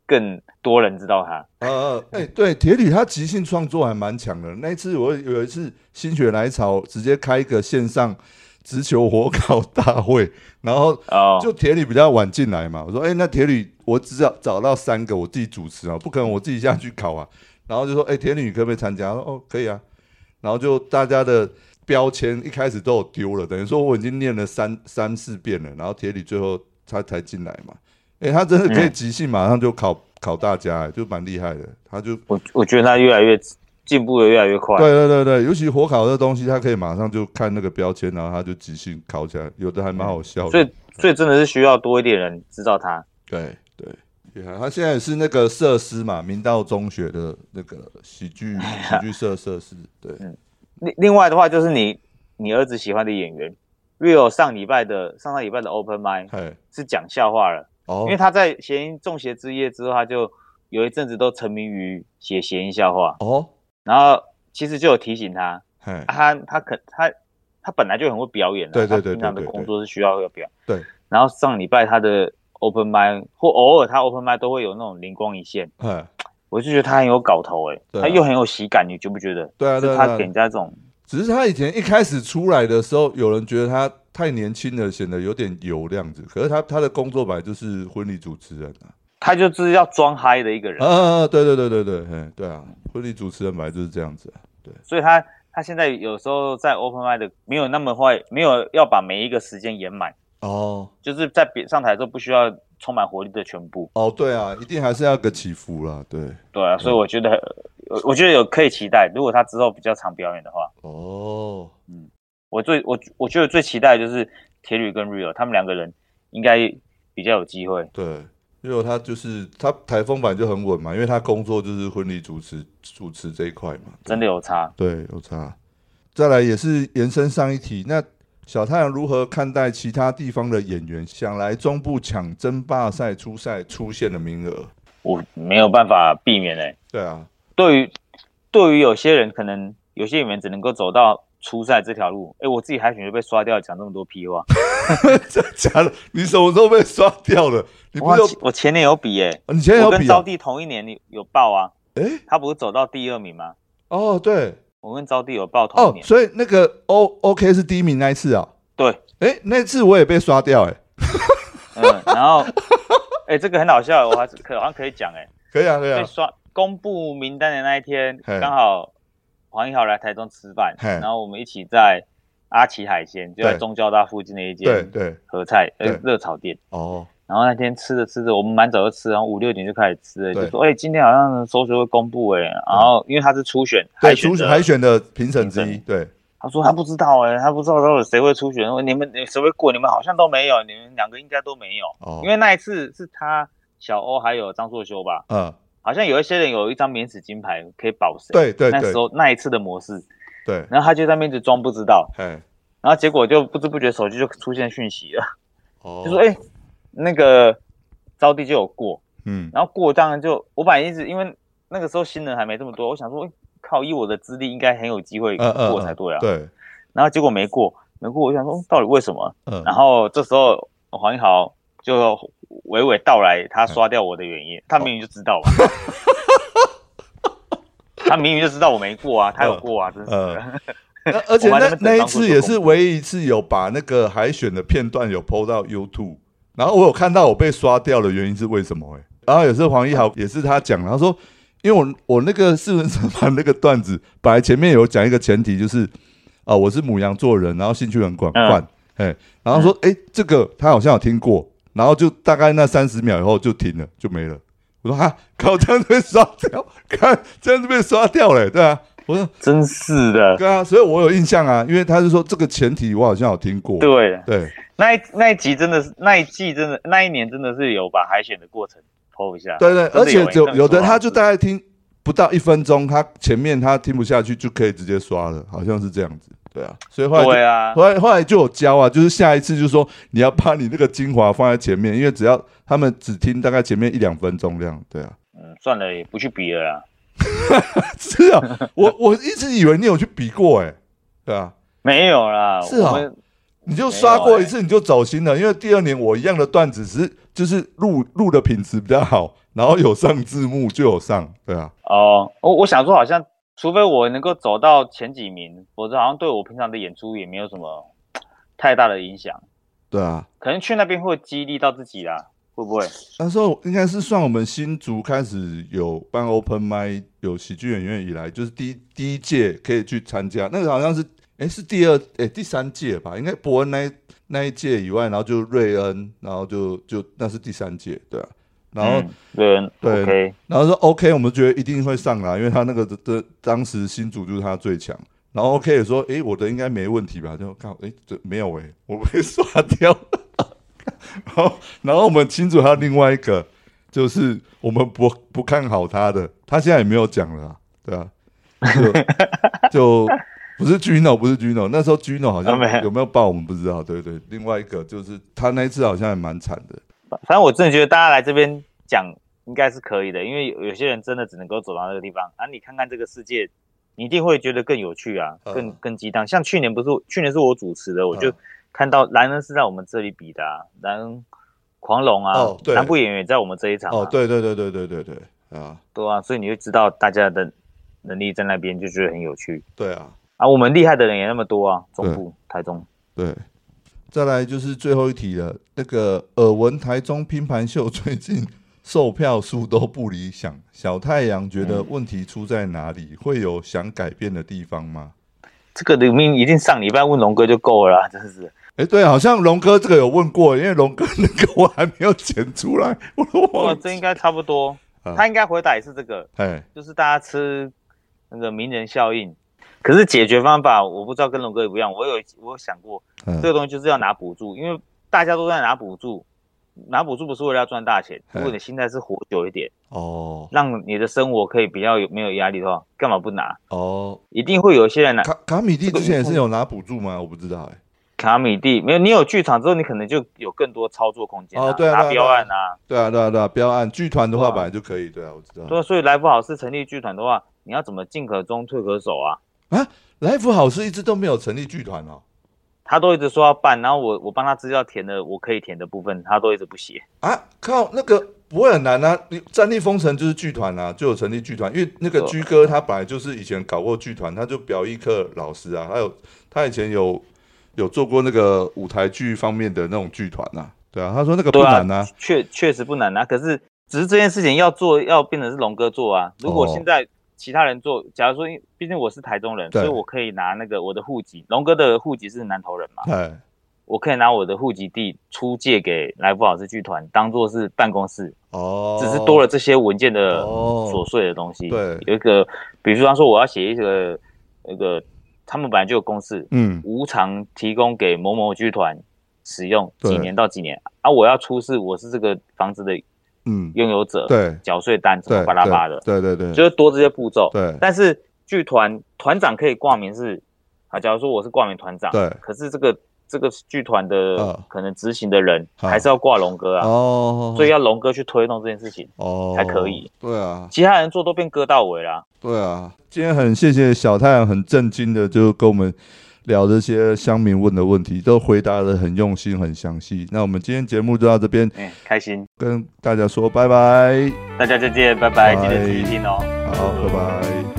S2: 更多人知道他。
S1: 呃，哎、对，铁旅他即兴创作还蛮强的。那一次我有一次心血来潮，直接开一个线上直球火烤大会，然后
S2: 哦，
S1: 就铁旅比较晚进来嘛，我说，哎、那铁旅我只要找到三个，我自己主持啊，不可能我自己下去考啊。然后就说，哎、铁旅你可不可以参加？他说哦，可以啊。然后就大家的标签一开始都有丢了，等于说我已经念了三三四遍了，然后铁旅最后他才进来嘛。哎、他真的可以
S2: 嗯
S1: 即兴马上就考考大家、哎就蛮厉害的。他就
S2: 我我觉得他越来越进步的越来越快。
S1: 对对对对，尤其火烤这东西，他可以马上就看那个标签，然后他就即兴考起来，有的还蛮好笑的。
S2: 所以所以真的是需要多一点人知道他。
S1: 对对，厉害。他现在也是那个设施嘛，明道中学的那个喜 剧喜剧社设施。对，
S2: 另另外的话就是你你儿子喜欢的演员，Rio 上礼拜的上上礼拜的 open mic
S1: 嗨，
S2: 是讲笑话了，
S1: 哦
S2: 因为他在谐音中邪之夜之后，他就有一阵子都沉迷于写谐音笑话，
S1: 哦，
S2: 然后其实就有提醒他，
S1: 嗨
S2: 啊、他他可他他本来就很会表演的，啊
S1: 对对对
S2: 他平常的
S1: 对对对
S2: 工作是需要要表演。
S1: 对，
S2: 然后上礼拜他的 open mic 或偶尔他 open mic 都会有那种灵光一现，
S1: 嗨，
S2: 我就觉得他很有搞头哎、
S1: 对啊
S2: 他又很有喜感，你觉不觉得？
S1: 对啊
S2: 就
S1: 对
S2: 是
S1: 啊
S2: 他给
S1: 对啊
S2: 人。家这种
S1: 只是他以前一开始出来的时候，有人觉得他太年轻了，显得有点油这样子。可是他他的工作本来就是婚礼主持人啊。
S2: 他就是要装嗨的一个人，
S1: 啊啊啊！对对对对对，嘿，对啊，婚礼主持人本来就是这样子啊。
S2: 所以他他现在有时候在 open mic 的没有那么坏，没有要把每一个时间演满，
S1: 哦
S2: 就是在别上台的时候不需要充满活力的全部。
S1: 哦，对啊，一定还是要个起伏啦。对，
S2: 对啊，
S1: 嗯
S2: 所以我觉得，呃我觉得有可以期待。如果他之后比较常表演的话，
S1: 哦，
S2: 我最我我觉得最期待的就是铁旅跟 Rio 他们两个人应该比较有机会。
S1: 对，因为他就是他台风版就很稳嘛，因为他工作就是婚礼主持主持这一块嘛。
S2: 真
S1: 的
S2: 的有差，
S1: 对，有差。再来也是延伸上一题，那小太阳如何看待其他地方的演员想来中部抢争霸赛初赛出现的名额？
S2: 我没有办法避免诶、欸
S1: 对啊，
S2: 对于对于有些人，可能有些演员只能够走到初赛这条路。诶，我自己海选就被刷掉，讲这么多屁话。
S1: 真的假的？你什么时候被刷掉了？你不
S2: 我
S1: 是有
S2: 前我前年有比诶、
S1: 你前有
S2: 我跟
S1: 比
S2: 招
S1: 啊？
S2: 娣同一年有报啊，
S1: 哎，
S2: 他不是走到第二名吗？
S1: 哦，对，
S2: 我跟招娣有报同一
S1: 哦，
S2: 年，
S1: 所以那个 O OK 是第一名那一次啊？
S2: 对，
S1: 哎，那次我也被刷掉，哎，
S2: 嗯，然后，哎、这个很好笑，我还是可好像可以讲哎、
S1: 可以啊，可以
S2: 被
S1: 啊，
S2: 刷公布名单的那一天，
S1: 嘿
S2: 刚好黄一豪来台中吃饭，
S1: 嘿
S2: 然后我们一起在阿奇海鲜，就在
S1: 对
S2: 中交大附近的一
S1: 对
S2: 间
S1: 对，
S2: 合菜呃
S1: 对
S2: 热炒店。
S1: 哦。
S2: 然后那天吃着吃着，我们蛮早就吃，然后五六点就开始吃了，
S1: 对
S2: 就说哎、今天好像搜学会公布哎、然后因为他是初选
S1: 对，
S2: 海选
S1: 初
S2: 的
S1: 海选的评审之
S2: 评
S1: 一，
S2: 审
S1: 对，
S2: 他说他不知道哎、他不知道到底谁会初选，我说你们你谁会过，你们好像都没有，你们两个应该都没有，
S1: 哦，
S2: 因为那一次是他小欧还有张硕修吧，
S1: 嗯，
S2: 好像有一些人有一张免死金牌可以保谁，
S1: 对对
S2: 那
S1: 对
S2: 时候那一次的模式，
S1: 对，
S2: 然后他就在那边一直装不知道，
S1: 哎，
S2: 然后结果就不知不觉手机就出现讯息了，
S1: 哦
S2: 就说哎、那个招娣就有过，
S1: 嗯，
S2: 然后过当然就我本来一直因为那个时候新人还没这么多，我想说、哎靠依我的资历应该很有机会
S1: 嗯嗯，
S2: 过才对啊，
S1: 嗯对，
S2: 然后结果没过，没过，我想说到底为什么？
S1: 嗯，
S2: 然后这时候黄一豪就娓娓道来
S1: 嗯
S2: 他刷掉我的原因，他明明就知道嘛， 他明明就知道我没过啊，
S1: 嗯
S2: 他有过啊，真是 的。
S1: 呃，那而且
S2: 我把
S1: 那
S2: 他们整
S1: 那一
S2: 张
S1: 次
S2: 做
S1: 也
S2: 公
S1: 是唯一一次有把那个海选的片段有 PO 到 YouTube，然后我有看到我被刷掉的原因是为什么、欸？哎，然后也是黄一豪，也是他讲，他说，因为我我那个四人成班那个段子，本来前面有讲一个前提，就是啊、我是母羊座人，然后兴趣很广
S2: 嗯
S1: 泛，哎、然后说，哎、这个他好像有听过，然后就大概那三十秒以后就停了，就没了。我说哈，靠，这样子被刷掉， 看这样子被刷掉了、欸对啊，我说
S2: 真是 的。
S1: 对啊，所以我有印象啊，因为他是说这个前提我好像有听过，
S2: 对，
S1: 对，
S2: 那一那一集真的是那一季真的那一年真的是有把海选的过程剖一下。
S1: 对对，
S2: 真
S1: 而
S2: 的
S1: 且
S2: 人这
S1: 有
S2: 样
S1: 有的
S2: 说啊
S1: 他就大概听不到一分钟，他前面他听不下去就可以直接刷了，好像是这样子。对啊，所以后来就
S2: 对啊，
S1: 后来后来就有教啊，就是下一次就说你要把你那个精华放在前面，因为只要他们只听大概前面一两分钟这样。对啊，
S2: 嗯，算了，也不去比了啦。
S1: 是啊，我我一直以为你有去比过哎、对啊，
S2: 没有啦，
S1: 是啊
S2: 我们
S1: 你就刷过一
S2: 没
S1: 次你就走心了，因为第二年我一样的段子只是就是录录的品质比较好，然后有上字幕就有上，对啊，
S2: 哦，我我想说，好像除非我能够走到前几名，否则好像对我平常的演出也没有什么太大的影响。
S1: 对啊。
S2: 可能去那边会激励到自己啦，会不会？
S1: 那时候应该是算我们新竹开始有办 open m i 有喜剧演员以来，就是第一第一届可以去参加。那个好像是哎、是第二哎、第三届吧，应该伯恩那一那一届以外，然后就瑞恩，然后就就那是第三届对啊。然后、
S2: 嗯
S1: 对
S2: 对 OK，
S1: 然后说 OK，我们觉得一定会上来，因为他那个的的当时新主就是他最强。然后 OK 也说，诶，我的应该没问题吧？就看，诶，这没有诶，我被刷掉了。 然后，然后我们清楚还有另外一个，就是我们不不看好他的，他现在也没有讲了啊、对啊，就就不是 Gino，不是 Gino，那时候 Gino 好像
S2: 啊没有
S1: 有没有报我们不知道，对对。另外一个就是他那一次好像也蛮惨的，
S2: 反正我真的觉得大家来这边讲应该是可以的，因为有有些人真的只能够走到那个地方啊。你看看这个世界，你一定会觉得更有趣啊，
S1: 嗯
S2: 更更激荡。像去年不是去年是我主持的，我就
S1: 嗯
S2: 看到莱恩是在我们这里比的、啊，莱恩狂龙啊，
S1: 哦对
S2: 南部演员也在我们这一场、啊，
S1: 哦，对对对对对对对啊，
S2: 对啊，所以你就知道大家的能力在那边，就觉得很有趣
S1: 对啊。
S2: 啊。我们厉害的人也那么多啊，中部、
S1: 嗯
S2: 台中，
S1: 对，再来就是最后一题了。那个耳闻台中拼盘秀最近售票数都不理想，小太阳觉得问题出在哪里？会有想改变的地方吗？
S2: 这个明明一定上礼拜问龙哥就够了啊、真是。
S1: 哎、对，好像龙哥这个有问过，因为龙哥那个我还没有剪出来， 我都
S2: 哇，
S1: 忘
S2: 这应
S1: 记。
S2: 该差不多
S1: 啊。
S2: 他应该回答也是这个，
S1: 哎，
S2: 就是大家吃那个名人效应。可是解决方法我不知道跟龙哥也不一样，我有我有想过，
S1: 嗯
S2: 这个东西就是要拿补助，因为大家都在拿补助，拿补助不是为了要赚大钱。
S1: 嗯
S2: 如果你心态是活久一点，
S1: 哦
S2: 让你的生活可以比较有没有压力的话，干嘛不拿？
S1: 哦，
S2: 一定会有些人拿
S1: 卡卡米蒂之前也是有拿补助吗？我不知道、哎，
S2: 卡米蒂，没有你有剧场之后，你可能就有更多操作空间、啊，
S1: 哦对啊对
S2: 拿
S1: 啊
S2: 标
S1: 对啊
S2: 案啊，
S1: 对啊，对啊，对啊，标案剧团的话
S2: 对啊
S1: 本来就可以，对啊，我知道。
S2: 对啊，所以来福好事成立剧团的话，你要怎么进可攻退可守啊？
S1: 来福好事一直都没有成立剧团哦。
S2: 他都一直说要办，然后我我帮他资料填的我可以填的部分，他都一直不写。
S1: 啊，靠，那个不会很难啊！你战地封城就是剧团啊，就有成立剧团，因为那个
S2: 对啊
S1: 居哥他本来就是以前搞过剧团，他就表艺课老师啊，还有他以前有有做过那个舞台剧方面的那种剧团啊，对啊，他说那个不
S2: 对啊
S1: 难啊，
S2: 确确实不难啊，可是只是这件事情要做，要变成是龙哥做啊。如果
S1: 哦
S2: 现在其他人做，假如说，因为毕竟我是台中人，
S1: 对
S2: 所以我可以拿那个我的户籍，龙哥的户籍是南投人嘛，
S1: 哎，
S2: 我可以拿我的户籍地出借给来福好事剧团，当做是办公室，
S1: 哦，
S2: 只是多了这些文件的
S1: 哦
S2: 琐碎的东西。
S1: 对
S2: 有一个，比如说他说我要写一个那个，他们本来就有公式，
S1: 嗯，
S2: 无偿提供给某某剧团使用
S1: 对
S2: 几年到几年啊，我要出示我是这个房子的
S1: 嗯
S2: 拥有者，
S1: 对
S2: 缴税单什
S1: 对，
S2: 么巴拉巴的，
S1: 对对对，
S2: 就是多这些步骤。
S1: 对
S2: 但是剧团团长可以挂名是啊，假如说我是挂名团长，
S1: 对
S2: 可是这个这个剧团的
S1: 嗯
S2: 可能执行的人
S1: 好
S2: 还是要挂龙哥啊，
S1: 哦，
S2: 所以要龙哥去推动这件事情。
S1: 哦
S2: 才可以，
S1: 对啊，
S2: 其他人做都变割到尾啦。
S1: 对啊，今天很谢谢小太阳，很震惊的就跟我们聊这些乡民问的问题，都回答的很用心、很详细。那我们今天节目就到这边，
S2: 哎、开心，
S1: 跟大家说拜拜，
S2: 大家再见，拜拜，记得
S1: 拜
S2: 继续听哦。
S1: 好，拜拜。